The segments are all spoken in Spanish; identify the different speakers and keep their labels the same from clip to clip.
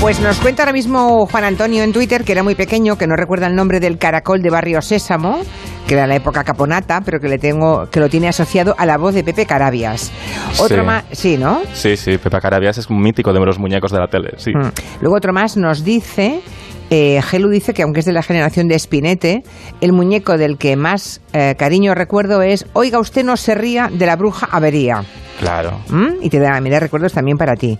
Speaker 1: Pues nos cuenta ahora mismo Juan Antonio en Twitter, que era muy pequeño, que no recuerda el nombre del caracol de Barrio Sésamo, que era la época caponata, pero que le tengo, que lo tiene asociado a la voz de Pepe Carabias. Otro
Speaker 2: Sí.
Speaker 1: más, sí, ¿no?
Speaker 2: Sí, sí, Pepa Carabias es un mítico de los muñecos de la tele, sí.
Speaker 1: Mm. Luego otro más nos dice, eh, Gelu dice que aunque es de la generación de Espinete, el muñeco del que más eh, cariño recuerdo es, oiga usted no se ría de la bruja avería.
Speaker 2: Claro.
Speaker 1: ¿Mm? Y te da, me da recuerdos también para ti.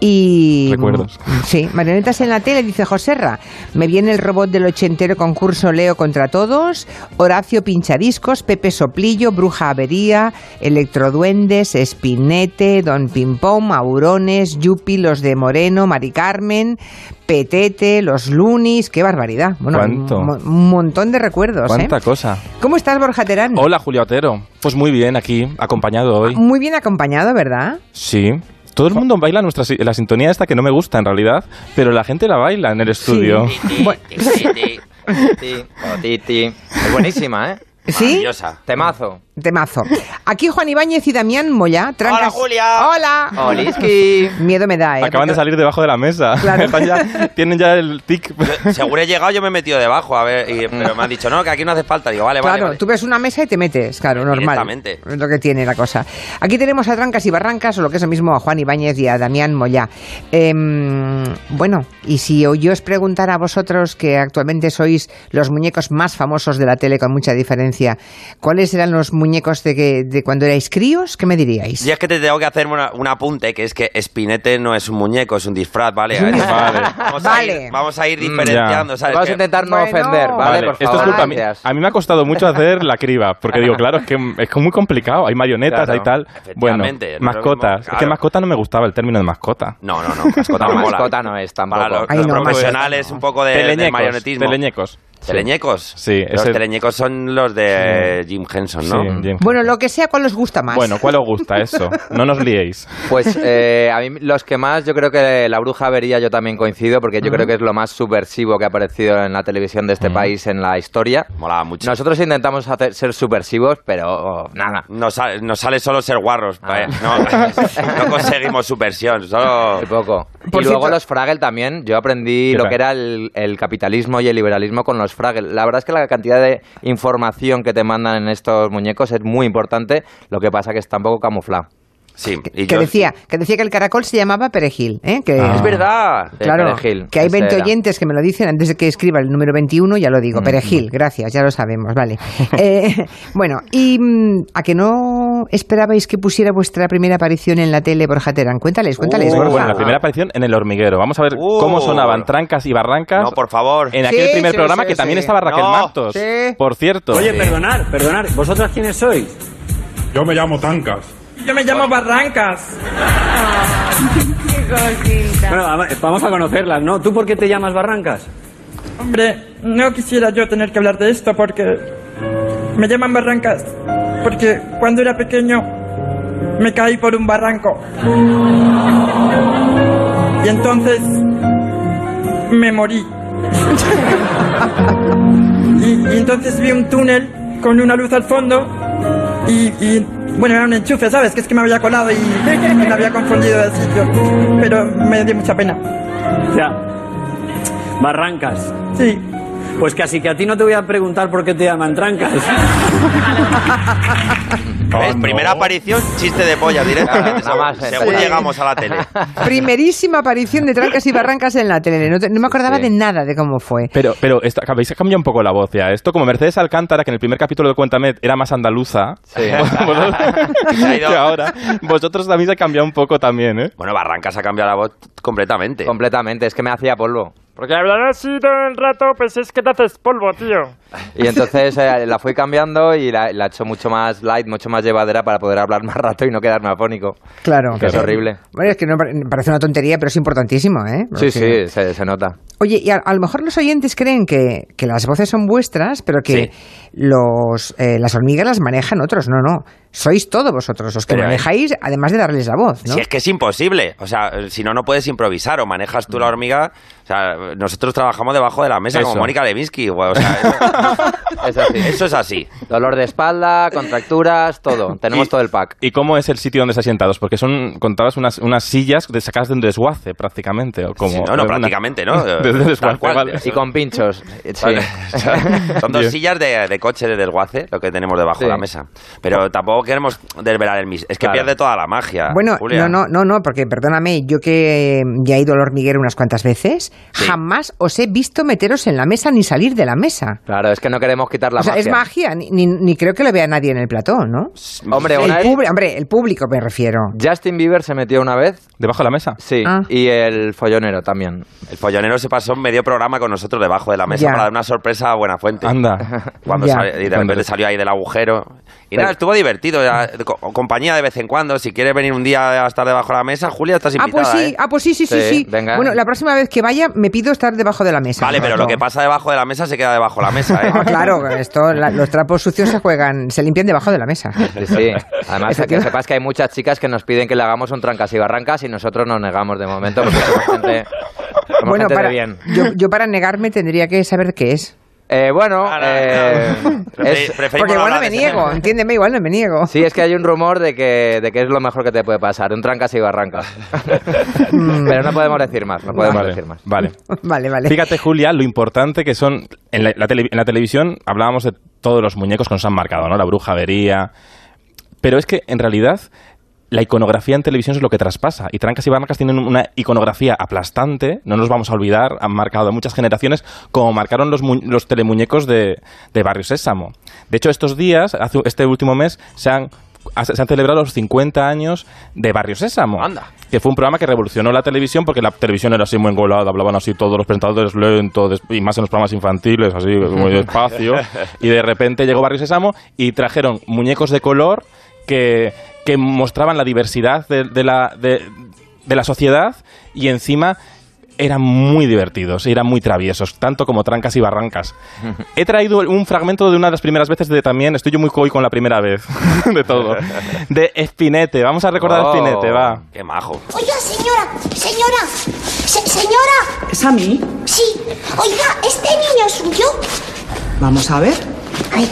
Speaker 1: Y. mm,
Speaker 2: Recuerdos.
Speaker 1: Sí, marionetas en la tele, dice Joserra. Me viene el robot del ochentero concurso Leo contra todos, Horacio Pinchadiscos, Pepe Soplillo, Bruja Avería, Electroduendes, Espinete, Don Pimpón, Maurones, Yupi, los de Moreno, Mari Carmen, Petete, los Lunis, qué barbaridad. Bueno,
Speaker 2: ¿Cuánto?
Speaker 1: Un, mo- un montón de recuerdos, ¿eh?
Speaker 2: Cuánta cosa.
Speaker 1: ¿Cómo estás, Borja
Speaker 3: Mm.
Speaker 1: Terán?
Speaker 2: Hola, Julia Otero. Pues muy bien, aquí, acompañado
Speaker 3: Ah,
Speaker 2: hoy.
Speaker 1: Muy bien acompañado, ¿verdad?
Speaker 2: Sí. Todo el mundo baila nuestra, si- la sintonía esta que no me gusta en realidad, pero la gente la baila en el estudio.
Speaker 1: Bueno.
Speaker 3: Es buenísima, ¿eh?
Speaker 1: ¿Sí?
Speaker 4: Ah.
Speaker 3: Maravillosa. Temazo.
Speaker 1: Temazo. Aquí Juan Ibáñez y Damián Moya.
Speaker 3: Hola, Julia.
Speaker 1: Hola.
Speaker 3: Oliski.
Speaker 1: Miedo me da, ¿eh?
Speaker 2: Acaban
Speaker 1: Porque-
Speaker 2: de salir debajo de la mesa.
Speaker 1: Claro.
Speaker 2: Están ya- tienen ya el tic.
Speaker 3: Seguro he llegado, yo me he metido debajo, a ver, y- pero me han dicho, no, que aquí no hace falta. Digo, vale, vale,
Speaker 1: Claro,
Speaker 3: vale.
Speaker 1: tú ves una mesa y te metes, claro, normal.
Speaker 3: Directamente.
Speaker 1: Es lo que tiene la cosa. Aquí tenemos a Trancas y Barrancas, o lo que es lo mismo a Juan Ibáñez y a Damián Moya. Em, bueno, y si yo os preguntara a vosotros, que actualmente sois los muñecos más famosos de la tele con mucha diferencia, ¿cuáles eran los muñecos de, que, de cuando erais críos? ¿Qué me diríais?
Speaker 3: Y es que te tengo que hacer una- un apunte, que es que Spinete no es un muñeco, es un disfraz, ¿vale?
Speaker 2: Vale.
Speaker 3: Vamos, a ir,
Speaker 1: Vale.
Speaker 3: vamos a ir diferenciando,
Speaker 2: ya.
Speaker 3: ¿sabes?
Speaker 4: Vamos
Speaker 3: Que-
Speaker 4: a intentar no
Speaker 1: Bueno.
Speaker 4: ofender, ¿vale?
Speaker 1: Vale,
Speaker 4: Por favor.
Speaker 2: esto es culpa mía.
Speaker 3: Ah.
Speaker 4: gracias.
Speaker 2: A mí me ha costado mucho hacer la criba, porque digo, claro, es que es que es muy complicado. Hay marionetas,
Speaker 4: Claro.
Speaker 2: hay tal. Bueno,
Speaker 3: Efectivamente, no es lo
Speaker 2: mascotas.
Speaker 3: mismo,
Speaker 2: Es que
Speaker 3: claro.
Speaker 2: mascota no me gustaba el término de mascota.
Speaker 3: No, no, no, mascota no,
Speaker 4: No,
Speaker 3: mola.
Speaker 4: mascota no es tampoco.
Speaker 3: Para los,
Speaker 1: Ay,
Speaker 3: los
Speaker 1: no,
Speaker 3: profesionales, un poco de, del marionetismo.
Speaker 2: Teleñecos. Sí.
Speaker 3: Teleñecos.
Speaker 2: Sí,
Speaker 3: Los
Speaker 2: ese-
Speaker 3: teleñecos son los de Jim Henson, ¿no?
Speaker 2: Sí, Jim.
Speaker 1: Bueno, lo que sea, ¿cuál os gusta más?
Speaker 2: Bueno, ¿cuál os gusta eso? No nos liéis.
Speaker 4: Pues eh, a mí los que más, yo creo que la bruja avería yo también coincido, porque yo creo que es lo más subversivo que ha aparecido en la televisión de este país en la historia.
Speaker 3: Molaba mucho.
Speaker 4: Nosotros intentamos hacer, ser subversivos, pero nada.
Speaker 3: Nos sale, nos sale solo ser guarros.
Speaker 4: Ah.
Speaker 3: vaya. No, no conseguimos subversión. Solo...
Speaker 4: Muy poco.
Speaker 1: Por
Speaker 4: y luego
Speaker 1: cierto-
Speaker 4: los Fraggle también. Yo aprendí
Speaker 2: ¿Qué
Speaker 4: lo
Speaker 2: tal?
Speaker 4: que era el, el capitalismo y el liberalismo con los Fraggle. La verdad es que la cantidad de información que te mandan en estos muñecos es muy importante. Lo que pasa que está un poco camuflado.
Speaker 5: Ah.
Speaker 3: Sí. y
Speaker 1: que
Speaker 3: yo-
Speaker 1: decía, que decía que el caracol se llamaba perejil, ¿eh? Que
Speaker 2: Ah.
Speaker 4: Es verdad. de
Speaker 1: Claro,
Speaker 4: eh, perejil,
Speaker 1: que hay
Speaker 4: ese
Speaker 1: 20
Speaker 4: era. Mm,
Speaker 1: oyentes que me lo dicen antes de que escriba el número 21, ya lo digo, perejil, gracias, ya lo sabemos, vale. Eh, bueno, y mm, a que no esperabais que pusiera vuestra primera aparición en la tele, Borja Terán, cuéntales, cuéntales,
Speaker 3: Uh,
Speaker 1: Borja.
Speaker 2: Bueno, la primera aparición en El Hormiguero. Vamos a ver
Speaker 3: Uh.
Speaker 2: cómo sonaban trancas y barrancas.
Speaker 3: No, por favor.
Speaker 2: En aquel
Speaker 1: Sí,
Speaker 2: primer
Speaker 1: sí,
Speaker 2: programa
Speaker 1: sí,
Speaker 2: que también
Speaker 1: sí.
Speaker 2: estaba Raquel
Speaker 3: No,
Speaker 2: Matos.
Speaker 1: sí.
Speaker 2: Por cierto.
Speaker 6: Oye,
Speaker 2: Sí.
Speaker 6: perdonar, perdonar. ¿Vosotras quiénes sois?
Speaker 7: Yo me llamo Tancas.
Speaker 8: Yo me llamo Barrancas.
Speaker 6: Bueno, a- vamos a conocerlas, ¿no? ¿Tú por qué te llamas Barrancas?
Speaker 8: Hombre, no quisiera yo tener que hablar de esto porque me llaman Barrancas. Porque cuando era pequeño me caí por un barranco. Y entonces me morí. Y, y entonces vi un túnel con una luz al fondo y, y, bueno, era un enchufe, ¿sabes? Que es que me había colado y me había confundido de sitio. Pero me dio mucha pena.
Speaker 6: Ya. Barrancas.
Speaker 8: Sí.
Speaker 6: Pues casi que a ti no te voy a preguntar por qué te llaman Trancas.
Speaker 3: ¿Ves?
Speaker 7: Ah, no.
Speaker 3: Primera aparición, chiste de polla directamente.
Speaker 4: Nada más,
Speaker 3: según- según
Speaker 1: sí.
Speaker 3: llegamos a la tele.
Speaker 1: Primerísima aparición de Trancas y Barrancas en la tele, no, te- no me acordaba
Speaker 4: Sí.
Speaker 1: de nada de cómo fue.
Speaker 2: Pero, pero esto, habéis cambiado un poco la voz ya. Esto, como Mercedes Alcántara, que en el primer capítulo de Cuéntame era más andaluza, vosotros-
Speaker 3: Se ha ido.
Speaker 2: que ahora, vosotros también se ha cambiado un poco también, ¿eh?
Speaker 3: Bueno, Barrancas ha cambiado la voz completamente.
Speaker 4: Completamente, es que me hacía polvo.
Speaker 5: Porque hablar así todo el rato, pues es que te haces polvo, tío.
Speaker 4: Y entonces eh, la fui cambiando y la, la he hecho mucho más light, mucho más llevadera para poder hablar más rato y no quedarme afónico.
Speaker 1: Claro.
Speaker 4: Que es horrible.
Speaker 1: Bueno, es que no, parece una tontería, pero es importantísimo, ¿eh?
Speaker 4: Sí,
Speaker 1: Porque-
Speaker 4: sí, se, se nota.
Speaker 1: Oye, y a, a lo mejor los oyentes creen que, que las voces son vuestras, pero que
Speaker 3: Sí.
Speaker 1: los, eh, las hormigas las manejan otros. No, no. sois todos vosotros los que
Speaker 3: Pero, eh,
Speaker 1: manejáis, además de darles la voz, ¿no?
Speaker 3: Si es que es imposible. O sea, si no, no puedes improvisar o manejas tú la hormiga. O sea, nosotros trabajamos debajo de la mesa
Speaker 2: Eso.
Speaker 3: como Mónica Levinsky. güey, O sea, eso,
Speaker 4: Es así.
Speaker 3: eso es así.
Speaker 4: Dolor de espalda, contracturas, todo. Tenemos
Speaker 2: Y-
Speaker 4: todo el pack.
Speaker 2: ¿Y cómo es el sitio donde estás sentados? Porque son, contabas, unas, unas sillas de sacadas de un desguace, prácticamente. O como,
Speaker 3: Sí, no, no, prácticamente, ¿no?
Speaker 2: De un desguace,
Speaker 3: Tal cual.
Speaker 2: vale.
Speaker 4: Y con pinchos. Sí.
Speaker 3: Son dos
Speaker 2: Bien.
Speaker 3: sillas de, de coche de desguace, lo que tenemos debajo
Speaker 4: Sí.
Speaker 3: de la mesa. Pero tampoco queremos desvelar el mis. Es que
Speaker 4: Claro.
Speaker 3: pierde toda la magia.
Speaker 1: Bueno, no,
Speaker 3: Julia.
Speaker 1: no, no, no, porque perdóname, yo que eh, ya he ido al hormiguero unas cuantas veces, jamás os he visto meteros en la mesa ni salir de la mesa.
Speaker 4: Claro, es que no queremos quitar la
Speaker 1: o sea,
Speaker 4: magia.
Speaker 1: es magia, ni, ni- ni creo que lo vea nadie en el plató, ¿no?
Speaker 4: Hombre,
Speaker 1: El
Speaker 4: una vez-
Speaker 1: pub- hombre, el público me refiero.
Speaker 4: Justin Bieber se metió una vez.
Speaker 2: ¿Debajo de la mesa?
Speaker 4: Sí.
Speaker 1: Ah.
Speaker 4: Y el follonero también.
Speaker 3: El follonero se pasó medio programa con nosotros debajo de la mesa
Speaker 1: Ya.
Speaker 3: para dar una sorpresa a Buenafuente.
Speaker 2: Anda.
Speaker 3: Cuando
Speaker 1: Ya.
Speaker 3: sale- y de
Speaker 2: Cuando-
Speaker 3: repente salió ahí del agujero. Y
Speaker 4: Pero-
Speaker 3: nada, estuvo divertido. ya, co- compañía de vez en cuando. Si quieres venir un día a estar debajo de la mesa, Julia, estás
Speaker 1: Ah,
Speaker 3: invitada.
Speaker 1: pues sí,
Speaker 3: ¿eh?
Speaker 1: ah, pues sí, sí, sí,
Speaker 4: Sí,
Speaker 1: sí.
Speaker 4: venga.
Speaker 1: Bueno, la próxima vez que vaya me pido estar debajo de la mesa.
Speaker 3: Vale, pero lo que pasa debajo de la mesa se queda debajo de la mesa, ¿eh?
Speaker 1: Ah, claro, esto, la- los trapos sucios se juegan, se limpian debajo de la mesa.
Speaker 4: Sí, sí. Además, que sepas que hay muchas chicas que nos piden que le hagamos un trancas y barrancas y nosotros nos negamos de momento porque somos gente, somos gente
Speaker 1: para,
Speaker 4: de bien.
Speaker 1: Yo, yo para negarme tendría que saber qué es.
Speaker 4: Eh, bueno,
Speaker 3: Ah, no, no.
Speaker 4: eh,
Speaker 3: Prefe-
Speaker 4: es-
Speaker 3: preferimos
Speaker 1: Porque
Speaker 3: no
Speaker 1: igual no
Speaker 3: hablar
Speaker 1: me
Speaker 3: de ese
Speaker 1: niego,
Speaker 3: tema.
Speaker 1: entiéndeme, igual no me niego.
Speaker 4: Ah, sí, es que hay un rumor de que, de que es lo mejor que te puede pasar, un trancas y barrancas.
Speaker 1: Mm.
Speaker 4: Pero no podemos decir más, no podemos
Speaker 2: Vale,
Speaker 4: decir más.
Speaker 2: Vale.
Speaker 1: Vale, vale.
Speaker 2: Fíjate, Julia, lo importante que son. En la, la tele- en la televisión hablábamos de todos los muñecos que nos han marcado, ¿no? La brujavería. Pero es que, en realidad, la iconografía en televisión es lo que traspasa. Y Trancas y Barracas tienen una iconografía aplastante, no nos vamos a olvidar, han marcado a muchas generaciones, como marcaron los, mu- los telemuñecos de, de Barrio Sésamo. De hecho, estos días, hace- este último mes, se han. Se han celebrado los 50 años de Barrio Sésamo.
Speaker 3: Anda.
Speaker 2: Que fue un programa que revolucionó la televisión porque la televisión era así muy engolada, hablaban así todos los presentadores lentos des- y más en los programas infantiles, así muy despacio. y de repente llegó Barrio Sésamo y trajeron muñecos de color que, que mostraban la diversidad de, de la, de, de la sociedad y encima eran muy divertidos, eran muy traviesos, tanto como trancas y barrancas. He traído un fragmento de una de las primeras veces de también, estoy yo muy coy con la primera vez de todo, de Espinete, vamos a recordar
Speaker 4: Oh.
Speaker 2: Espinete, va.
Speaker 3: Qué majo.
Speaker 9: Oiga, señora, señora, se- señora,
Speaker 10: ¿Es a mí?
Speaker 9: sí. Oiga, ¿este niño es suyo?
Speaker 10: Vamos a ver.
Speaker 9: Ay,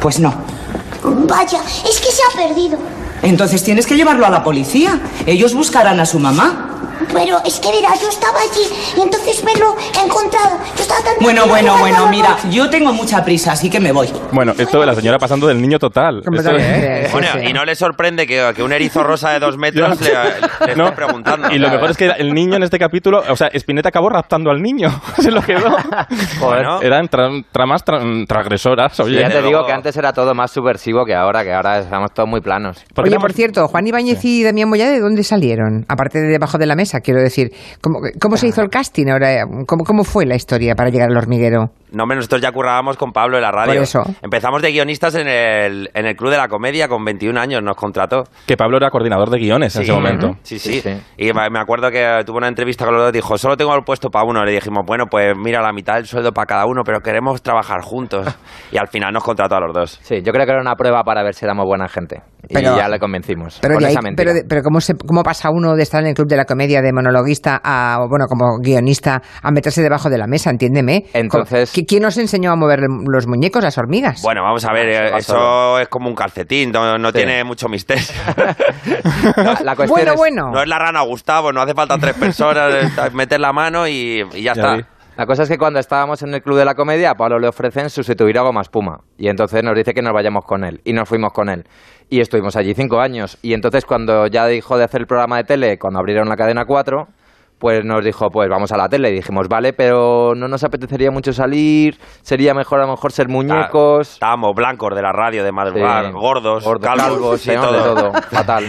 Speaker 10: Pues no.
Speaker 9: vaya, es que se ha perdido.
Speaker 10: Entonces tienes que llevarlo a la policía. Ellos buscarán a su mamá.
Speaker 9: Pero es que verá, yo estaba allí y entonces me lo he encontrado. Yo estaba tan
Speaker 10: Bueno,
Speaker 9: tranquila
Speaker 10: bueno,
Speaker 9: jugando
Speaker 10: bueno,
Speaker 9: al
Speaker 10: mira,
Speaker 9: golf.
Speaker 10: yo tengo mucha prisa, así que me voy.
Speaker 2: Bueno, esto de la señora pasando del niño total. Esto-
Speaker 1: Completamente, sí,
Speaker 3: ¿eh? Bueno,
Speaker 1: sí.
Speaker 3: y no le sorprende que, que un erizo rosa de dos metros le, le
Speaker 2: ¿no?
Speaker 3: esté preguntando.
Speaker 2: Y lo mejor es que el niño en este capítulo, o sea, Spinetta acabó raptando al niño, se lo quedó.
Speaker 3: Joder.
Speaker 2: Eran tra- tramas tra- transgresoras,
Speaker 4: Y
Speaker 2: oye.
Speaker 4: ya te
Speaker 3: luego-
Speaker 4: digo que antes era todo más subversivo que ahora, que ahora estamos todos muy planos.
Speaker 2: ¿Por qué
Speaker 1: Oye,
Speaker 2: estamos-
Speaker 1: por cierto, Juan Ibáñez y Damián Moya, ¿de dónde salieron? Aparte de debajo de la mesa, quiero decir. ¿Cómo, cómo se hizo el casting ahora? ¿Cómo, cómo fue la historia para llegar al hormiguero?
Speaker 3: No, hombre, nosotros ya currábamos con Pablo en la radio.
Speaker 1: Por eso.
Speaker 3: Empezamos de guionistas en el, en el Club de la Comedia con 21 años, nos contrató.
Speaker 2: Que Pablo era coordinador de guiones en
Speaker 3: Sí.
Speaker 2: ese momento.
Speaker 3: Sí,
Speaker 4: Sí,
Speaker 3: sí.
Speaker 4: sí.
Speaker 3: Y me me acuerdo que tuvo una entrevista con los dos, dijo, solo tengo el puesto para uno. Le dijimos, bueno, pues mira, la mitad del sueldo para cada uno, pero queremos trabajar juntos. Y al final nos contrató a los dos.
Speaker 4: Sí, yo creo que era una prueba para ver si éramos buena gente. Y
Speaker 1: Pero-
Speaker 4: ya le convencimos.
Speaker 1: Pero,
Speaker 4: con
Speaker 1: de ahí-
Speaker 4: esa mentira.
Speaker 1: pero, de- pero ¿cómo, se, ¿cómo pasa uno de estar en el club de la comedia de monologuista a, o bueno, como guionista, a meterse debajo de la mesa? Entiéndeme.
Speaker 4: Entonces-
Speaker 1: ¿Qui- ¿Quién os enseñó a mover los muñecos, las hormigas?
Speaker 3: Bueno, vamos a ver,
Speaker 4: Eso
Speaker 3: eh,
Speaker 4: va
Speaker 3: eso
Speaker 4: solo.
Speaker 3: es como un calcetín, no, no
Speaker 4: Sí.
Speaker 3: tiene mucho misterio.
Speaker 4: La- la cuestión
Speaker 1: bueno,
Speaker 4: es-
Speaker 1: bueno.
Speaker 3: No es la rana Gustavo, no hace falta tres personas, eh, meter la mano y, y
Speaker 2: Ya
Speaker 3: ya, está.
Speaker 2: vi.
Speaker 4: La cosa es que cuando estábamos en el Club de la Comedia, a Pablo le ofrecen sustituir a Goma Espuma. Y entonces nos dice que nos vayamos con él. Y nos fuimos con él. Y estuvimos allí cinco años. Y entonces cuando ya dejó de hacer el programa de tele, cuando abrieron la cadena 4, pues nos dijo, pues vamos a la tele. Y dijimos, vale, pero no nos apetecería mucho salir. Sería mejor a lo mejor ser muñecos. Eh,
Speaker 3: Estábamos blancos de la radio de madrugada,
Speaker 4: Sí.
Speaker 3: gordos,
Speaker 4: Gordo-
Speaker 3: calvos, y
Speaker 4: teníamos ¿eh? de
Speaker 3: todo.
Speaker 4: todo. Fatal.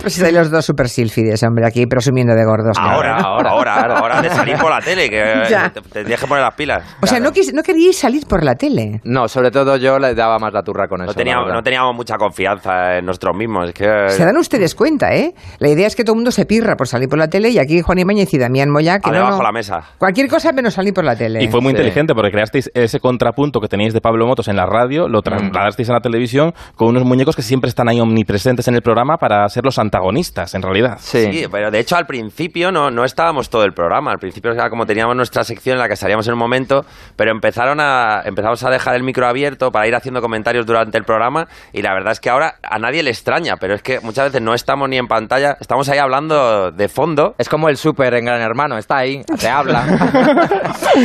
Speaker 1: Pues estáis los dos super sílfides, hombre, aquí presumiendo de gordos. claro.
Speaker 3: Ahora, ahora, ahora,
Speaker 4: claro.
Speaker 3: ahora de salir por la tele, que eh,
Speaker 1: Ya.
Speaker 3: te, te tienes que poner las pilas.
Speaker 1: O sea,
Speaker 3: Claro.
Speaker 1: no, quis- no queríais salir por la tele.
Speaker 4: No, sobre todo yo le daba más la turra con eso.
Speaker 3: No
Speaker 4: la
Speaker 3: teníamos,
Speaker 4: verdad.
Speaker 3: no teníamos mucha confianza en nosotros mismos. Es que
Speaker 1: Se dan ustedes cuenta, ¿eh? La idea es que todo el mundo se pirra por salir por la tele y aquí Juan Ibañez y Damián Moya que
Speaker 3: A
Speaker 1: no,
Speaker 3: debajo
Speaker 1: no.
Speaker 3: la mesa.
Speaker 1: Cualquier cosa menos salir por la tele.
Speaker 2: Y fue muy
Speaker 1: Sí.
Speaker 2: inteligente porque creasteis ese contrapunto que teníais de Pablo Motos en la radio, lo trasladasteis a la televisión con unos muñecos que siempre están ahí omnipresentes en el programa para ser los antagonistas, en realidad.
Speaker 3: Sí, pero de hecho al principio no, no estábamos todo el programa. Al principio era como teníamos nuestra sección en la que salíamos en un momento, pero empezaron a, empezamos a dejar el micro abierto para ir haciendo comentarios durante el programa y la verdad es que ahora a nadie le extraña, pero es que muchas veces no estamos ni en pantalla, estamos ahí hablando de fondo.
Speaker 4: Es como el súper en Gran Hermano, está ahí, te habla,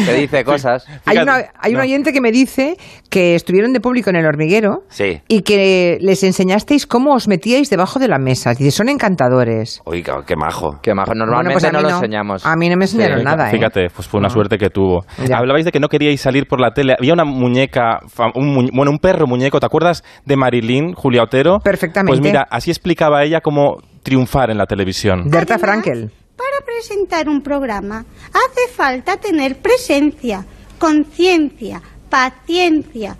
Speaker 4: te dice cosas.
Speaker 1: Hay, una- hay un oyente que me dice que estuvieron de público en el hormiguero
Speaker 3: Sí.
Speaker 1: y que les enseñasteis cómo os metíais debajo de la mesa. Dice, son encantadores.
Speaker 3: Uy, ca- qué majo.
Speaker 4: Qué majo,
Speaker 1: Bueno,
Speaker 4: normalmente
Speaker 1: pues a
Speaker 4: no
Speaker 1: mí
Speaker 4: lo
Speaker 1: no.
Speaker 4: enseñamos.
Speaker 1: A mí no me enseñaron nada, ¿eh?
Speaker 2: Fíjate, pues fue una suerte que tuvo.
Speaker 1: Ya.
Speaker 2: Hablabais de que no queríais salir por la tele. Había una muñeca, fam- un muñe- bueno, un perro muñeco. ¿Te acuerdas de Marilyn, Julia Otero?
Speaker 1: Perfectamente.
Speaker 2: Pues mira, así explicaba ella cómo triunfar en la televisión.
Speaker 1: Berta
Speaker 9: Además,
Speaker 1: Frankel.
Speaker 9: Para presentar un programa hace falta tener presencia, conciencia, paciencia,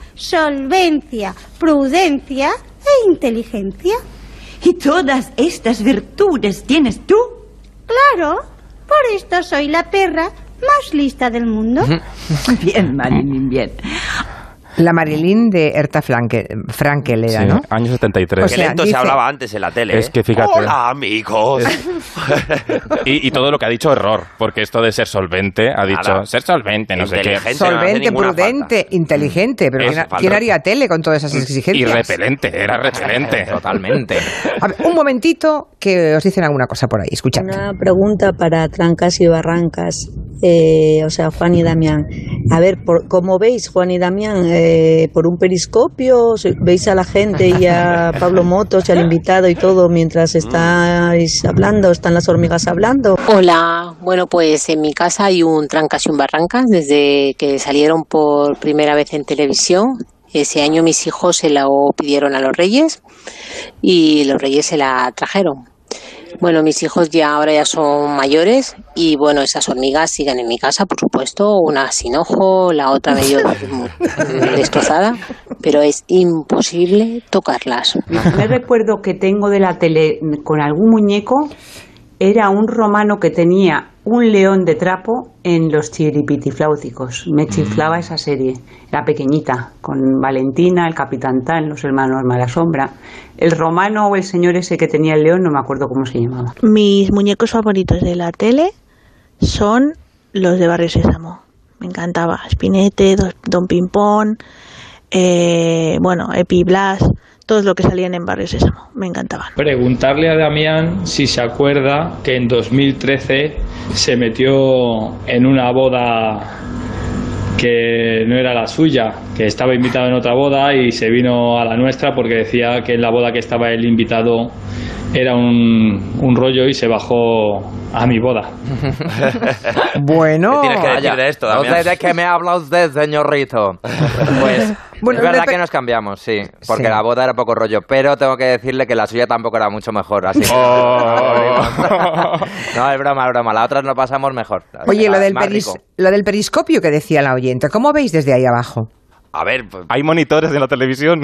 Speaker 9: solvencia, prudencia e inteligencia.
Speaker 11: ¿Y todas estas virtudes tienes tú?
Speaker 9: Claro, por esto soy la perra más lista del mundo.
Speaker 11: Bien, Marilyn, bien.
Speaker 1: La Marilyn de Erta Frankel, Frankel era,
Speaker 2: Sí, ah,
Speaker 1: ¿no? Pues
Speaker 2: Año
Speaker 1: O
Speaker 2: 73.
Speaker 3: Qué
Speaker 1: sea,
Speaker 3: lento
Speaker 1: dice-
Speaker 3: se hablaba antes en la tele.
Speaker 2: Es
Speaker 3: ¿eh?
Speaker 2: que fíjate.
Speaker 3: Hola, amigos.
Speaker 2: y, y todo lo que ha dicho error, porque esto de ser solvente, ha dicho
Speaker 3: Nada.
Speaker 2: ser solvente, no sé qué.
Speaker 3: Inteligente. gente no hace
Speaker 1: Solvente,
Speaker 3: ninguna
Speaker 1: prudente,
Speaker 3: falta.
Speaker 1: inteligente. Pero
Speaker 2: Eso,
Speaker 1: ¿quién,
Speaker 2: falta.
Speaker 1: quién haría tele con todas esas
Speaker 2: Y
Speaker 1: exigencias?
Speaker 2: repelente, era repelente.
Speaker 4: Totalmente.
Speaker 1: A ver, un momentito que os dicen alguna cosa por ahí. Escuchad.
Speaker 12: Una pregunta para Trancas y Barrancas, eh, o sea, Juan y Damián. A ver, por, ¿cómo veis, Juan y Damián, eh, por un periscopio? ¿Se- ¿Veis a la gente y a Pablo Motos y al invitado y todo mientras estáis hablando? ¿Están las hormigas hablando?
Speaker 13: Hola, bueno pues en mi casa hay un trancas y un barrancas desde que salieron por primera vez en televisión. Ese año mis hijos se lo pidieron a los reyes y los reyes se la trajeron. Bueno, mis hijos ya ahora ya son mayores y bueno, esas hormigas siguen en mi casa, por supuesto, una sin ojo, la otra medio mm, destrozada, pero es imposible tocarlas.
Speaker 11: El primer recuerdo que tengo de la tele con algún muñeco era un romano que tenía un león de trapo en los chiripitifláuticos. Me chiflaba esa serie. La pequeñita, con Valentina, el Capitán Tan, los hermanos Malasombra. El romano o el señor ese que tenía el león, no me acuerdo cómo se llamaba.
Speaker 12: Mis muñecos favoritos de la tele son los de Barrio Sésamo. Me encantaba. Spinete, Dos- Don Pimpón, eh, bueno, Epi Blas, todos los que salían en Barrio Sésamo. Me encantaban.
Speaker 14: Preguntarle a Damián si se acuerda que en 2013 se metió en una boda que no era la suya, que estaba invitado en otra boda y se vino a la nuestra porque decía que en la boda que estaba el invitado era un, un rollo y se bajó a mi boda.
Speaker 1: Bueno,
Speaker 3: ¿Qué tienes que decir de esto,
Speaker 4: No
Speaker 3: Damián?
Speaker 4: sé de qué me habla usted, señorito. Pues
Speaker 1: Bueno,
Speaker 4: es verdad
Speaker 1: depe-
Speaker 4: que nos cambiamos, sí, porque
Speaker 1: Sí.
Speaker 4: la boda era poco rollo, pero tengo que decirle que la suya tampoco era mucho mejor, así que...
Speaker 2: Oh.
Speaker 4: no, es broma, es broma, la otra nos pasamos mejor.
Speaker 1: oye,
Speaker 4: Era
Speaker 1: lo del,
Speaker 4: más
Speaker 1: peris-
Speaker 4: rico.
Speaker 1: lo del periscopio que decía la oyente, ¿cómo veis desde ahí abajo?
Speaker 3: A ver, pues,
Speaker 2: Hay monitores en la televisión.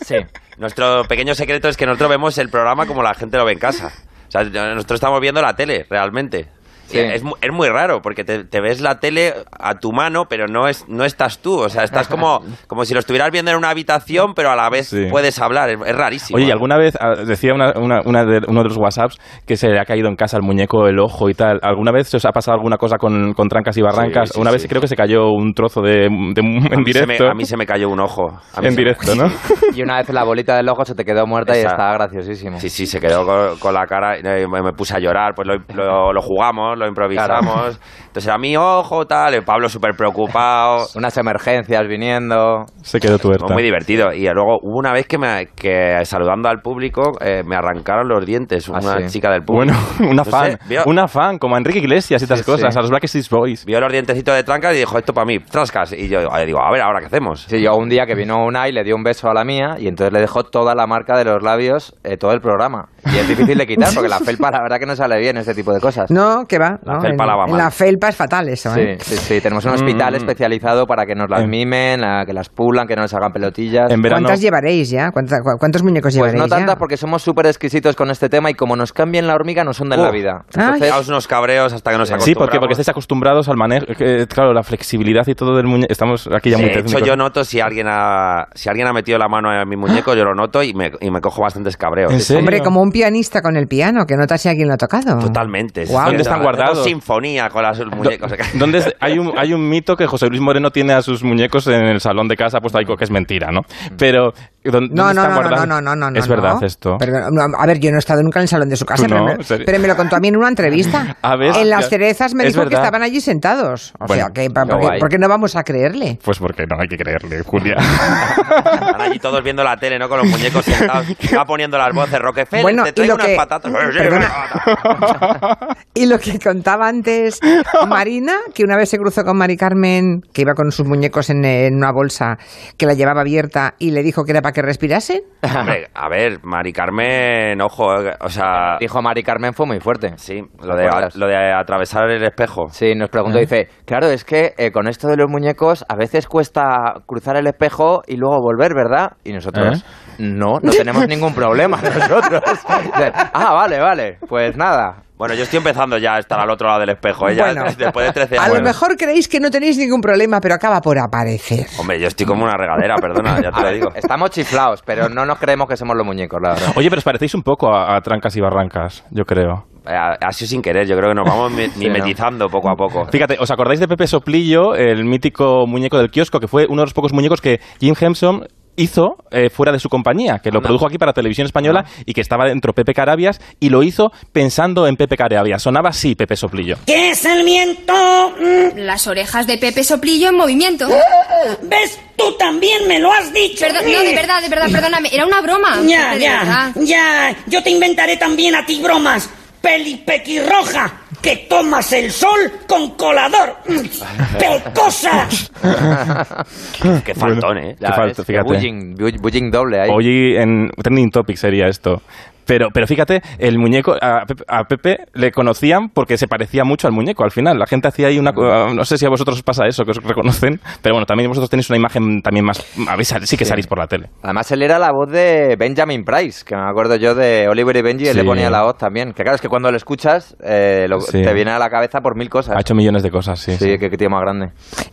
Speaker 4: Sí.
Speaker 3: Nuestro pequeño secreto es que nosotros vemos el programa como la gente lo ve en casa. O sea, nosotros estamos viendo la tele, realmente.
Speaker 4: Sí.
Speaker 3: Y Es, mu- es muy raro, porque te, te ves la tele a tu mano, pero no, es, no estás tú. O sea, estás como, como si lo estuvieras viendo en una habitación, pero a la vez
Speaker 2: Sí.
Speaker 3: puedes hablar. Es, es rarísimo.
Speaker 2: Oye, ¿y alguna vez ah, decía una, una- una de, uno de los WhatsApps que se le ha caído en casa el muñeco, el ojo y tal? ¿Alguna vez se os ha pasado alguna cosa con, con trancas y barrancas?
Speaker 3: Sí, sí,
Speaker 2: una vez
Speaker 3: sí.
Speaker 2: creo que se cayó un trozo de, de-
Speaker 3: A
Speaker 2: en
Speaker 3: mí se me-
Speaker 2: directo.
Speaker 3: a mí se me cayó un ojo. A mí
Speaker 2: en
Speaker 3: se me-
Speaker 2: directo, ¿no?
Speaker 4: Y una vez la bolita del ojo se te quedó muerta y
Speaker 3: Esa.
Speaker 4: estaba graciosísimo.
Speaker 3: Sí, sí, se quedó con, con la cara, eh, me, me puse a llorar, pues lo, lo- lo jugamos, lo improvisamos. Entonces era mi ojo, tal, el Pablo súper preocupado.
Speaker 4: Unas emergencias viniendo.
Speaker 2: Se quedó tuerta.
Speaker 3: Muy divertido. Y luego hubo una vez que, me, que saludando al público eh, me arrancaron los dientes una
Speaker 4: Ah, sí.
Speaker 3: chica del público.
Speaker 2: Bueno, una
Speaker 3: Entonces,
Speaker 2: fan.
Speaker 3: Vio,
Speaker 2: Una fan, como a Enrique Iglesias y estas
Speaker 4: Sí,
Speaker 2: cosas,
Speaker 4: sí.
Speaker 2: a los Black Eyed Boys.
Speaker 3: vio los dientecitos de trancas y dijo, esto para mí, trascas. Y yo eh, digo, a ver, ¿ahora qué hacemos?
Speaker 4: Sí, yo un día que vino una y le dio un beso a la mía y entonces le dejó toda la marca de los labios eh, todo el programa. Y es difícil de quitar porque la felpa la verdad que no sale bien este tipo de cosas.
Speaker 1: No, que va.
Speaker 3: La
Speaker 1: no,
Speaker 3: felpa
Speaker 1: en-
Speaker 3: la va
Speaker 1: en
Speaker 3: mal.
Speaker 1: la felpa gripa es fatal eso, ¿eh?
Speaker 4: Sí, sí, sí. Tenemos un hospital especializado para que nos las mimen, a que las pulan, que no les hagan pelotillas.
Speaker 1: ¿Cuántas llevaréis ya? ¿Cuánta- cu- ¿Cuántos muñecos
Speaker 4: Pues
Speaker 1: llevaréis
Speaker 4: no
Speaker 1: ya?
Speaker 4: tantas porque somos súper exquisitos con este tema y como nos cambian la hormiga nos hunde en
Speaker 2: Uh.
Speaker 4: la vida.
Speaker 1: Ay.
Speaker 3: Caos unos cabreos hasta que nos acostumbramos.
Speaker 2: Sí, pues, porque, este porque estáis acostumbrados al manejo, que, eh, claro, la flexibilidad y todo del muñeco. Estamos aquí ya muy
Speaker 3: de hecho,
Speaker 2: técnicos.
Speaker 3: yo noto si alguien ha, si alguien ha metido la mano en mi muñeco, yo lo noto y me, y me cojo bastantes cabreos.
Speaker 2: ¿En serio?
Speaker 1: Hombre, como un pianista con el piano, que notas si alguien lo ha tocado.
Speaker 3: Totalmente.
Speaker 1: Guau.
Speaker 2: ¿Dónde están guardados?
Speaker 3: Sinfonía con las muñecos.
Speaker 2: ¿Dónde es- hay, un, hay un mito que José Luis Moreno tiene a sus muñecos en el salón de casa puesto ahí, que es mentira, ¿no?
Speaker 3: Mm.
Speaker 2: Pero. ¿dónde
Speaker 1: No, no, no,
Speaker 2: están
Speaker 1: no,
Speaker 2: guardados?
Speaker 1: no, no, no, no,
Speaker 2: Es
Speaker 1: no.
Speaker 2: verdad esto.
Speaker 1: Perdón, no, a ver, yo no he estado nunca en el salón de su casa,
Speaker 2: ¿Tú
Speaker 1: pero,
Speaker 2: no?
Speaker 1: me,
Speaker 2: ¿En serio?
Speaker 1: pero me lo contó a mí en una entrevista.
Speaker 2: A ver,
Speaker 1: en las
Speaker 2: ya-
Speaker 1: cerezas me
Speaker 2: es
Speaker 1: dijo que
Speaker 2: verdad.
Speaker 1: estaban allí sentados. O
Speaker 2: Bueno,
Speaker 1: sea, que, pa-
Speaker 2: qué
Speaker 1: porque-
Speaker 2: guay.
Speaker 1: porque no vamos a creerle.
Speaker 2: Pues porque no hay que creerle, Julia.
Speaker 3: Están allí todos viendo la tele, ¿no? Con los muñecos sentados. Va poniendo las voces. Rockefeller,
Speaker 1: Bueno,
Speaker 3: te
Speaker 1: y
Speaker 3: traigo
Speaker 1: lo
Speaker 3: unas
Speaker 1: que-
Speaker 3: patatas.
Speaker 1: Perdona. Y lo que contaba antes Marina, que una vez se cruzó con Mari Carmen, que iba con sus muñecos en, eh, en una bolsa que la llevaba abierta y le dijo que era para que respirasen.
Speaker 3: Hombre, a ver, Mari Carmen, ojo, eh, o sea...
Speaker 4: Dijo Mari Carmen fue muy fuerte.
Speaker 3: Sí, lo de,
Speaker 4: ¿Recuerdas?
Speaker 3: lo de atravesar el espejo.
Speaker 4: Sí, nos preguntó, dice, claro, es que eh, con esto de los muñecos a veces cuesta cruzar el espejo y luego volver, ¿verdad? Y nosotros,
Speaker 2: ¿Eh?
Speaker 4: no, no tenemos ningún problema nosotros. Dice, ah, vale, vale, pues nada.
Speaker 3: Bueno, yo estoy empezando ya a estar al otro lado del espejo, ¿eh? Ya
Speaker 1: Bueno.
Speaker 3: después de 13
Speaker 2: Ah,
Speaker 1: A
Speaker 3: años.
Speaker 1: lo mejor creéis que no tenéis ningún problema, pero acaba por aparecer.
Speaker 3: Hombre, yo estoy como una regadera, perdona, ya te lo digo.
Speaker 4: Estamos chiflados, pero no nos creemos que somos los muñecos, la verdad.
Speaker 2: Oye, pero os parecéis un poco a, a Trancas y Barrancas, yo creo.
Speaker 3: Eh, Ha sido sin querer, yo creo que nos vamos mi- mimetizando poco a poco.
Speaker 2: Fíjate, ¿os acordáis de Pepe Soplillo, el mítico muñeco del kiosco, que fue uno de los pocos muñecos que Jim Henson hizo eh, fuera de su compañía, que lo produjo aquí para televisión española y que estaba dentro Pepe Carabias y lo hizo pensando en Pepe Carabias. Sonaba así Pepe Soplillo.
Speaker 15: ¿Qué es el miento? Las orejas de Pepe Soplillo en movimiento. ¿Ves? Tú también me lo has dicho. no, de verdad, de verdad, perdóname. Era una broma.
Speaker 10: Ya,
Speaker 15: Pepe, de
Speaker 10: ya,
Speaker 15: verdad.
Speaker 10: ya. Yo te inventaré también a ti bromas. Pelipequirroja, que tomas el sol con colador. Mm, ¡Pecosa!
Speaker 3: Qué faltón, ¿eh?
Speaker 2: Qué falta,
Speaker 4: ves,
Speaker 2: fíjate.
Speaker 4: Bullying, bu- bullying doble ahí.
Speaker 2: Oye, en Trending Topic sería esto. Pero, pero fíjate, el muñeco, a Pepe, a Pepe le conocían porque se parecía mucho al muñeco al final. La gente hacía ahí una... co- ah, No sé si a vosotros os pasa eso, que os reconocen. Pero bueno, también vosotros tenéis una imagen también más... A ver, sal- sí que salís por la tele.
Speaker 4: Además, él era la voz de Benjamin Price, que me acuerdo yo de Oliver y Benji, él
Speaker 2: Sí.
Speaker 4: le ponía la voz también. Que claro, es que cuando lo escuchas, eh, lo-
Speaker 2: Sí.
Speaker 4: te viene a la cabeza por mil cosas.
Speaker 2: Ha hecho millones de cosas, sí.
Speaker 4: Sí, qué, qué tío más grande.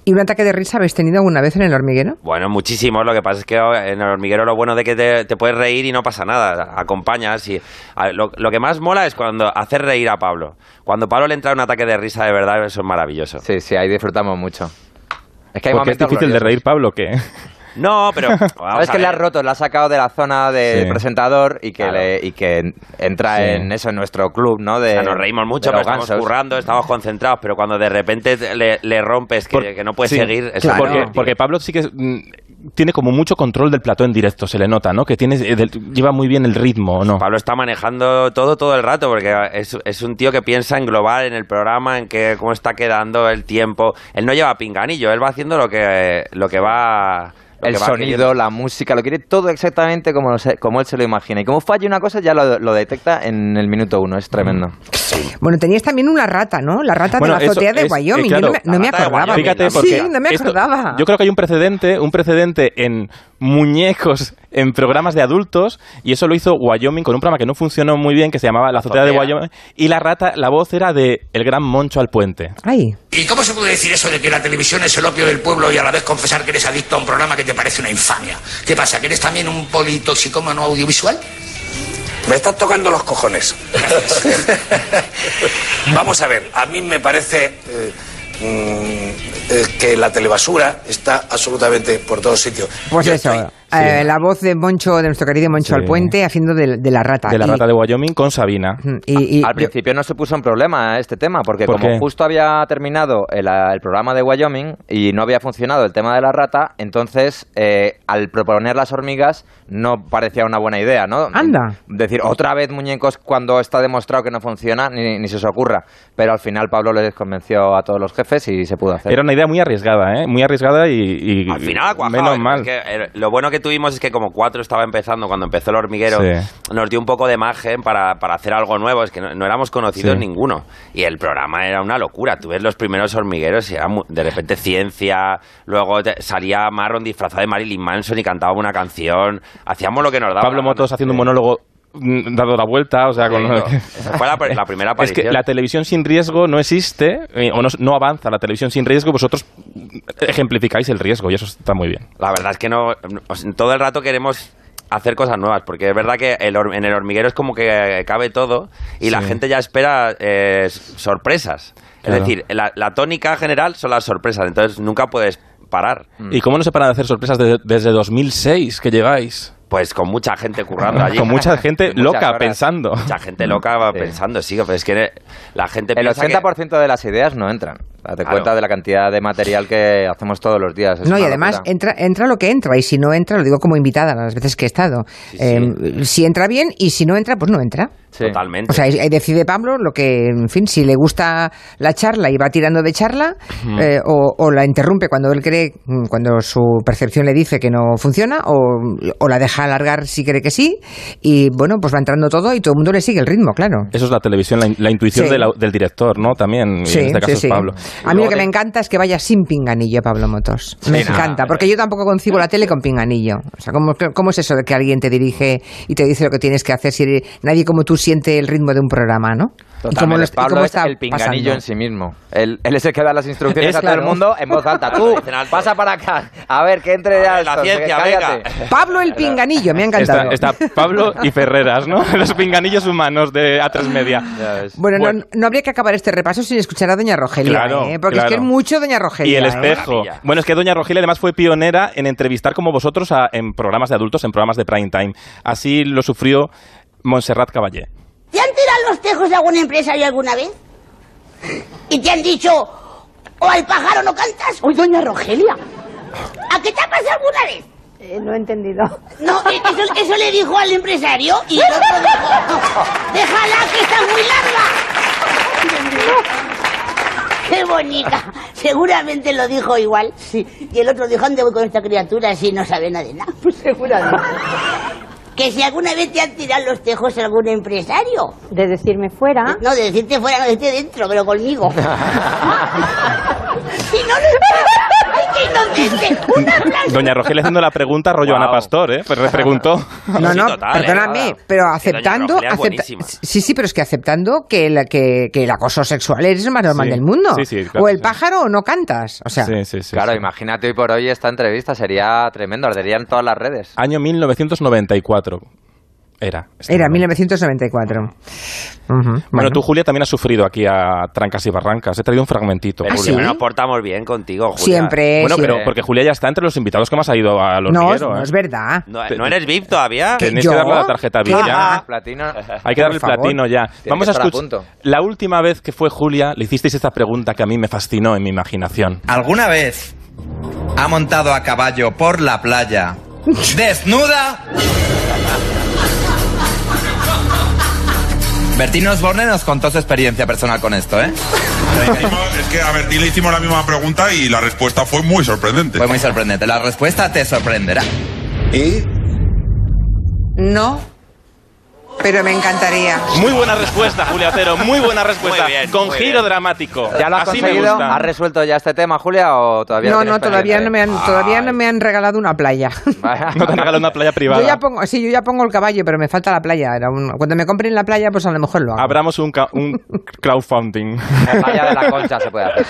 Speaker 1: ¿Y un ataque de risa habéis tenido alguna vez en el hormiguero?
Speaker 3: Bueno, muchísimo. Lo que pasa es que oh, en el hormiguero lo bueno de que te, te puedes reír y no pasa nada. Acompañas y a- lo, lo que más mola es cuando hacer reír a Pablo. Cuando Pablo le entra un ataque de risa de verdad, eso es maravilloso.
Speaker 4: Sí, sí, ahí disfrutamos mucho. Es que
Speaker 2: Porque
Speaker 4: hay
Speaker 2: es
Speaker 4: momentos
Speaker 2: difícil de
Speaker 4: gloriosos.
Speaker 2: reír, Pablo, que...
Speaker 3: No, pero vamos
Speaker 4: Sabes
Speaker 3: a
Speaker 4: que le has
Speaker 3: ver.
Speaker 4: roto, le has sacado de la zona del
Speaker 2: Sí.
Speaker 4: presentador y que, le- y que entra
Speaker 2: Sí.
Speaker 4: en eso, en nuestro club, ¿no? De,
Speaker 3: O sea, nos reímos mucho,
Speaker 4: de
Speaker 3: pero
Speaker 4: los
Speaker 3: estamos
Speaker 4: gansos.
Speaker 3: currando, estamos concentrados, pero cuando de repente te- le, le rompes que, que no puedes
Speaker 2: Sí,
Speaker 3: seguir, eso es
Speaker 2: porque,
Speaker 3: divertido.
Speaker 2: porque Pablo sí que es, mm, tiene como mucho control del plató en directo, se le nota, ¿no? Que tiene, eh, del- lleva muy bien el ritmo, ¿o no?
Speaker 3: Pablo está manejando todo todo el rato porque es, es un tío que piensa en global, en el programa, en que, cómo está quedando el tiempo. Él no lleva pinganillo, él va haciendo lo que, lo que va... lo
Speaker 4: El
Speaker 3: que va
Speaker 4: sonido,
Speaker 3: queriendo.
Speaker 4: la música, lo quiere todo exactamente como, lo se- como él se lo imagina. Y como falla una cosa, ya lo, lo detecta en el minuto uno. Es tremendo.
Speaker 2: Mm.
Speaker 1: Bueno, tenías también una rata, ¿no? La rata
Speaker 2: Bueno,
Speaker 1: de la azotea
Speaker 2: eso
Speaker 1: de
Speaker 2: es- eh,
Speaker 1: Wyoming.
Speaker 2: claro,
Speaker 1: Yo no me, no me
Speaker 3: la rata de
Speaker 1: acordaba.
Speaker 3: Wyoming,
Speaker 2: Fíjate,
Speaker 3: ¿no?
Speaker 2: porque
Speaker 1: sí, no me
Speaker 2: esto-
Speaker 1: acordaba.
Speaker 2: yo creo que hay un precedente, un precedente en muñecos en programas de adultos y eso lo hizo Wyoming con un programa que no funcionó muy bien que se llamaba La azotea de
Speaker 16: Azotea.
Speaker 2: Wyoming y la rata, la voz era de El gran Moncho al puente.
Speaker 1: Ay.
Speaker 16: ¿Y cómo se puede decir eso de que la televisión es el opio del pueblo y a la vez confesar que eres adicto a un programa que te parece una infamia? ¿Qué pasa? ¿Que eres también un politoxicómano audiovisual? Me estás tocando los cojones. Vamos a ver, a mí me parece eh, mm, eh, que la telebasura está absolutamente por todos sitios.
Speaker 1: Pues
Speaker 16: Yo
Speaker 1: eso,
Speaker 16: estoy-
Speaker 1: eh, la voz de Moncho, de nuestro querido Moncho
Speaker 2: Sí.
Speaker 1: al puente, haciendo de, de la rata.
Speaker 2: De la
Speaker 1: Y-
Speaker 2: rata Ah, de Wyoming con Sabina.
Speaker 1: y- y-
Speaker 4: Al principio no se puso en problema este tema, porque
Speaker 2: ¿Por
Speaker 4: como
Speaker 2: qué?
Speaker 4: justo había terminado el, el programa de Wyoming y no había funcionado el tema de la rata, entonces eh, al proponer las hormigas no parecía una buena idea, ¿no?
Speaker 1: Anda.
Speaker 4: Decir otra vez muñecos cuando está demostrado que no funciona, ni, ni se os ocurra. Pero al final Pablo les convenció a todos los jefes y se pudo hacer.
Speaker 2: Era una idea muy arriesgada, ¿eh? Muy arriesgada y, y-
Speaker 3: Al final ha cuajado.
Speaker 2: menos
Speaker 3: Es
Speaker 2: mal.
Speaker 3: que, eh, lo bueno que tuvimos es que como cuatro estaba empezando cuando empezó el hormiguero,
Speaker 2: Sí.
Speaker 3: nos dio un poco de margen para, para hacer algo nuevo. Es que no, no éramos conocidos
Speaker 2: Sí.
Speaker 3: ninguno. Y el programa era una locura. Tú ves los primeros hormigueros y era mu- de repente ciencia. Luego te- salía Marron disfrazado de Marilyn Manson y cantaba una canción. Hacíamos lo que nos daba.
Speaker 2: Pablo Motos haciendo un monólogo mm, dado la vuelta, o sea, con...
Speaker 3: no, esa fue la, pr- la primera
Speaker 2: Es
Speaker 3: aparición.
Speaker 2: que la televisión sin riesgo no existe, eh, o no, no avanza la televisión sin riesgo, vosotros ejemplificáis el riesgo y eso está muy bien.
Speaker 3: La verdad es que no, no- o sea, todo el rato queremos hacer cosas nuevas, porque es verdad que el hor- en el hormiguero es como que eh, cabe todo y la
Speaker 2: Sí.
Speaker 3: gente ya espera eh, s- sorpresas.
Speaker 2: Claro.
Speaker 3: Es decir, la, la tónica general son las sorpresas, entonces nunca puedes parar.
Speaker 2: ¿Y cómo no se paran de hacer sorpresas de- desde 2006 que llegáis?
Speaker 3: Pues con mucha gente currando allí.
Speaker 2: Con mucha gente
Speaker 3: Y muchas
Speaker 2: loca
Speaker 3: horas.
Speaker 2: pensando.
Speaker 3: Mucha gente loca va
Speaker 4: Sí.
Speaker 3: pensando, sí, pero es que eh, la gente
Speaker 4: El
Speaker 3: piensa que-
Speaker 4: 80% de las ideas no entran. Date
Speaker 3: Claro.
Speaker 4: cuenta de la cantidad de material que hacemos todos los días. es
Speaker 1: No, y
Speaker 4: una
Speaker 1: además
Speaker 4: locura.
Speaker 1: entra, entra lo que entra, y si no entra, lo digo como invitada las veces que he estado. Eh, si entra bien, y si no entra, pues no entra.
Speaker 3: Totalmente.
Speaker 1: O sea, ahí decide Pablo lo que, en fin, si le gusta la charla y va tirando de charla,
Speaker 3: Ujú.
Speaker 1: eh, o, o la interrumpe cuando él cree, mm, cuando su percepción le dice que no funciona, o, o la deja alargar si cree que sí, y bueno, pues va entrando todo y todo el mundo le sigue el ritmo, claro.
Speaker 2: Eso es la televisión, la, in- la intuición
Speaker 1: Sí.
Speaker 2: de la- del director, ¿no? También, y en este caso es Pablo.
Speaker 1: A mí lo que me encanta es que vaya sin pinganillo, Pablo Motos. me
Speaker 2: Sí, Ah. nada.
Speaker 1: encanta, porque yo tampoco concibo la tele con pinganillo. O sea, ¿cómo, cómo es eso de que alguien te dirige y te dice lo que tienes que hacer si eres- nadie como tú siente el ritmo de un programa, ¿no?
Speaker 4: Totalmente.
Speaker 1: cómo lo-
Speaker 4: Pablo
Speaker 1: cómo
Speaker 4: es el pinganillo
Speaker 1: pasando?
Speaker 4: en sí mismo. Él, él es el que da las instrucciones
Speaker 1: Es
Speaker 4: a todo
Speaker 1: claro.
Speaker 4: el mundo en voz alta. Tú, pasa para acá. A ver, que entre ya
Speaker 1: la
Speaker 4: esto,
Speaker 1: ciencia,
Speaker 4: cállate.
Speaker 1: Pablo el pinganillo, me ha
Speaker 2: Está,
Speaker 1: encantado.
Speaker 2: está Pablo y Ferreras, ¿no? Los pinganillos humanos de A3 Media.
Speaker 1: Bueno, no- No, habría que acabar este repaso sin escuchar a Doña Rogelia,
Speaker 2: Claro,
Speaker 1: ¿eh? porque es que
Speaker 2: claro.
Speaker 1: es mucho Doña Rogelia.
Speaker 2: y el
Speaker 1: ¿eh?
Speaker 2: espejo. Bueno, es que Doña Rogelia además fue pionera en entrevistar como vosotros a- en programas de adultos, en programas de prime time. Así lo sufrió Montserrat Caballé.
Speaker 9: ¿Te han tirado los tejos de algún empresario alguna vez? ¿Y te han dicho, o al pájaro no cantas? Uy, doña Rogelia. ¿A qué te ha pasado alguna vez? no he entendido. No, eh, eso, eso le dijo al empresario y el otro dijo, déjala que está muy larga. Qué bonita. Seguramente lo dijo igual. Sí. Y el otro dijo, ¿dónde voy con esta criatura si no sabe nada de nada? Pues seguramente. Que si alguna vez te han tirado los tejos a algún empresario. De decirme fuera. No, de decirte fuera, no, de decirte dentro, pero conmigo. si no lo ¡Ay, qué inocente! ¡Una planta!
Speaker 2: Doña Rogelia haciendo la pregunta rollo Ana Pastor, ¿eh? Pues le preguntó.
Speaker 1: No, no, perdóname, pero aceptando...
Speaker 2: Rogelia es
Speaker 1: acep-
Speaker 2: buenísima.
Speaker 1: sí, sí, pero es que aceptando que el, que, que el acoso sexual es lo más normal
Speaker 4: Sí.
Speaker 1: del mundo.
Speaker 4: Sí, sí, claro,
Speaker 1: o el
Speaker 4: sí.
Speaker 1: pájaro o no cantas. O sea,
Speaker 4: claro, imagínate hoy por hoy esta entrevista sería tremendo, arderían todas las redes.
Speaker 2: Año 1994 era. Este
Speaker 1: era 1994. bueno.
Speaker 2: tú, Julia, también has sufrido aquí a trancas y barrancas. He traído un fragmentito,
Speaker 3: Pero
Speaker 2: Julia.
Speaker 3: Julia, nos portamos bien contigo, Julia.
Speaker 1: ¿ah, Siempre,
Speaker 2: Bueno,
Speaker 1: siempre.
Speaker 2: pero porque Julia ya está entre los invitados que más ha ido a los
Speaker 1: No,
Speaker 4: ¿eh?
Speaker 1: no es verdad.
Speaker 3: No, no eres VIP todavía.
Speaker 2: ¿Que Tenéis que yo? darle la tarjeta VIP ya. Ah.
Speaker 4: Platino.
Speaker 2: Hay que darle el platino ya. Vamos a escuchar.
Speaker 4: punto.
Speaker 2: la última vez que fue Julia, le hicisteis esta pregunta que a mí me fascinó en mi imaginación.
Speaker 17: ¿Alguna vez ha montado a caballo por la playa desnuda? Bertín Osborne nos contó su experiencia personal con esto, ¿eh?
Speaker 7: Es que a Bertín le hicimos la misma pregunta y la respuesta fue muy sorprendente.
Speaker 17: Fue muy sorprendente. La respuesta te sorprenderá. ¿Y?
Speaker 1: No, pero me encantaría.
Speaker 2: Muy buena respuesta, Julia Cero. Muy buena respuesta.
Speaker 4: Muy bien,
Speaker 2: Con
Speaker 4: muy
Speaker 2: giro
Speaker 4: bien.
Speaker 2: dramático.
Speaker 4: ¿Ya lo has
Speaker 2: Así me
Speaker 4: conseguido?
Speaker 2: gusta.
Speaker 4: ¿Has resuelto ya este tema, Julia, o todavía
Speaker 1: No,
Speaker 4: tienes ¿eh?
Speaker 1: no, todavía
Speaker 4: pendiente?
Speaker 1: no me han, todavía no me han regalado una playa.
Speaker 2: No te han regalado una
Speaker 1: Yo
Speaker 2: playa
Speaker 1: ya
Speaker 2: privada.
Speaker 1: pongo, sí, yo ya pongo el caballo, pero me falta la playa. Era un- cuando me compren la playa, pues a lo mejor lo hago.
Speaker 2: Abramos un, ca- un crowdfunding.
Speaker 4: Playa de la Concha se puede hacer.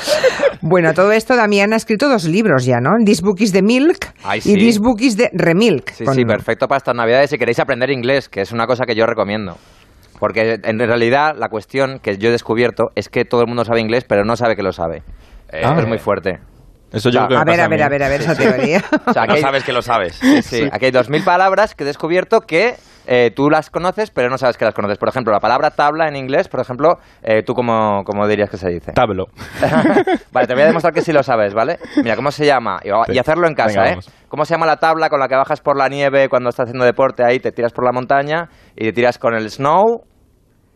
Speaker 1: Bueno, a todo esto Damián ha escrito dos libros ya, ¿no? This Book is the Milk
Speaker 4: Ay,
Speaker 1: y
Speaker 4: sí.
Speaker 1: This Book is the Remilk.
Speaker 4: Sí,
Speaker 1: Con-
Speaker 4: sí, perfecto para estas navidades si queréis aprender inglés, que es una cosa que yo recomiendo. Porque en realidad la cuestión que yo he descubierto es que todo el mundo sabe inglés, pero no sabe que lo sabe. Eh,
Speaker 2: Ah.
Speaker 4: Esto es muy fuerte.
Speaker 2: Eso yo creo que me
Speaker 1: a ver,
Speaker 2: pasa
Speaker 1: a ver,
Speaker 2: mí.
Speaker 1: a ver, a ver, esa teoría.
Speaker 3: No sabes que lo sabes.
Speaker 4: Sí, sí. Aquí hay 2.000 palabras que he descubierto que eh, tú las conoces, pero no sabes que las conoces. Por ejemplo, la palabra tabla en inglés, por ejemplo, eh, ¿tú cómo, cómo dirías que se dice?
Speaker 2: Tablo.
Speaker 4: vale, te voy a demostrar que sí lo sabes, ¿vale? Mira, ¿cómo se llama? Y, y hacerlo en casa,
Speaker 2: Venga,
Speaker 4: ¿eh?
Speaker 2: vamos.
Speaker 4: ¿Cómo se llama la tabla con la que bajas por la nieve cuando estás haciendo deporte ahí, te tiras por la montaña y te tiras con el snow?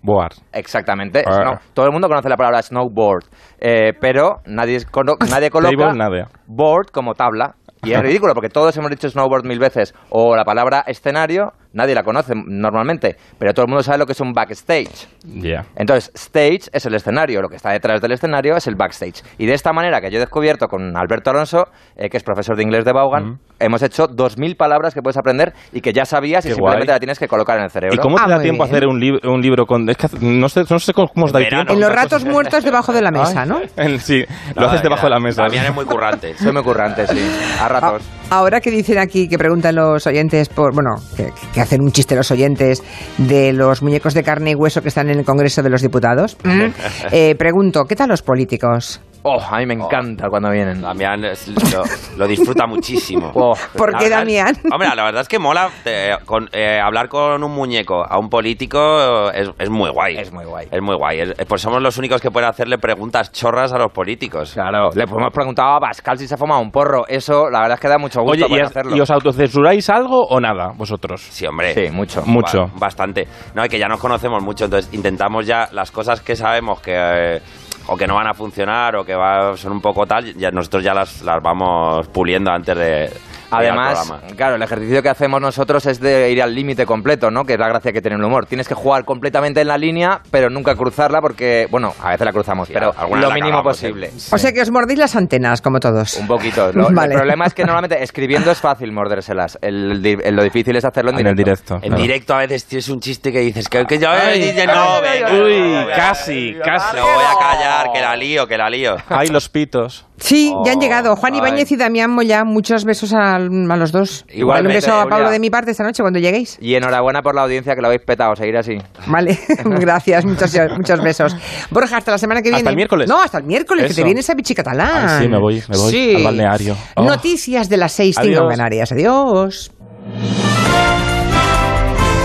Speaker 2: Boar.
Speaker 4: Exactamente.
Speaker 2: Ah.
Speaker 4: snow. Todo el mundo conoce la palabra snowboard, eh, pero nadie, cono- nadie coloca
Speaker 2: Table, nada.
Speaker 4: board como tabla. Y es ridículo, porque todos hemos dicho snowboard mil veces. O la palabra escenario, nadie la conoce normalmente, pero todo el mundo sabe lo que es un backstage.
Speaker 2: Ya.
Speaker 4: Entonces, stage es el escenario, lo que está detrás del escenario es el backstage. Y de esta manera que yo he descubierto con Alberto Alonso, eh, que es profesor de inglés de Vaughan, hemos hecho 2.000 palabras que puedes aprender y que ya sabías y
Speaker 2: Qué
Speaker 4: simplemente
Speaker 2: guay.
Speaker 4: la tienes que colocar en el cerebro.
Speaker 2: ¿Y cómo
Speaker 1: Ah,
Speaker 2: te da tiempo a hacer un, lib- un libro con.? Es que hace- no sé, no sé cómo os dais tiempo.
Speaker 1: En los ratos muertos debajo de la mesa, ¿no?
Speaker 2: En- sí, lo
Speaker 4: Nada,
Speaker 2: haces debajo de la mesa.
Speaker 3: Damián es muy currante.
Speaker 4: Soy muy currante, sí. A ratos.
Speaker 2: Ah.
Speaker 1: Ahora que dicen aquí, que preguntan los oyentes por, bueno, que, que hacen un chiste los oyentes de los muñecos de carne y hueso que están en el Congreso de los Diputados, ¿m? Eh, pregunto, ¿qué tal los políticos?
Speaker 4: Oh, a mí me encanta cuando vienen.
Speaker 3: Damián es- lo, lo disfruta muchísimo.
Speaker 1: ¿Por
Speaker 3: La
Speaker 1: qué,
Speaker 3: verdad-
Speaker 1: Damián?
Speaker 3: Hombre, la verdad es que mola eh, con- eh, hablar con un muñeco a un político eh, es, es muy guay. Es muy guay. Es muy guay. Es- eh, pues somos los únicos que pueden hacerle preguntas chorras a los políticos.
Speaker 4: Claro, le podemos preguntar a Pascal si se ha fumado un porro. Eso, la verdad es que da mucho gusto
Speaker 2: Oye, ¿y,
Speaker 4: poder
Speaker 2: has-
Speaker 4: hacerlo.
Speaker 2: y os autocensuráis algo o nada, vosotros?
Speaker 3: Sí, hombre.
Speaker 4: Sí, mucho.
Speaker 2: Mucho.
Speaker 3: Ba- bastante. No, es que ya nos conocemos mucho, entonces intentamos ya las cosas que sabemos que... eh, o que no van a funcionar, o que va- son un poco tal, ya nosotros ya las, las vamos puliendo antes de- de... ir al
Speaker 4: Además,
Speaker 3: programa.
Speaker 4: claro, el ejercicio que hacemos nosotros es de ir al límite completo, ¿no? Que es la gracia que tiene el humor. Tienes que jugar completamente en la línea, pero nunca cruzarla porque, bueno, a veces la cruzamos, pero
Speaker 3: alguna
Speaker 4: lo
Speaker 3: la
Speaker 4: mínimo
Speaker 3: cagamos,
Speaker 4: posible.
Speaker 1: O sea que os mordéis las antenas, como todos.
Speaker 4: Un poquito. Lo-
Speaker 1: Vale.
Speaker 4: El problema es que normalmente escribiendo es fácil mordérselas. El di- el- lo difícil es hacerlo en
Speaker 2: En el
Speaker 4: directo.
Speaker 2: directo,
Speaker 3: En directo a veces tienes un chiste que dices que, que yo eh,
Speaker 2: Ay,
Speaker 3: dice,
Speaker 2: ay,
Speaker 3: no,
Speaker 2: ay,
Speaker 3: venga,
Speaker 2: ay, uy,
Speaker 3: no, venga,
Speaker 2: casi,
Speaker 3: venga,
Speaker 2: casi.
Speaker 3: No voy a callar, que la lío, que la lío.
Speaker 2: Hay los pitos.
Speaker 1: Sí, ya han
Speaker 2: Oh,
Speaker 1: llegado. Juan
Speaker 2: ay.
Speaker 1: Ibáñez y Damián Moya, muchos besos a, a los dos.
Speaker 4: Igualmente,
Speaker 1: un beso a Pablo
Speaker 4: Julia.
Speaker 1: de mi parte esta noche cuando lleguéis.
Speaker 4: Y enhorabuena por la audiencia que lo habéis petado, seguir así.
Speaker 1: Vale, gracias, muchos, muchos besos. Borja, hasta la semana que
Speaker 4: Hasta
Speaker 1: viene.
Speaker 4: el miércoles.
Speaker 1: No, hasta el miércoles, que te
Speaker 4: Eso.
Speaker 1: vienes a Bichicatalán.
Speaker 2: Ay, sí, me voy, me voy al balneario. Oh.
Speaker 1: Noticias de las seis, cinco
Speaker 2: Adiós.
Speaker 1: en Canarias. Adiós.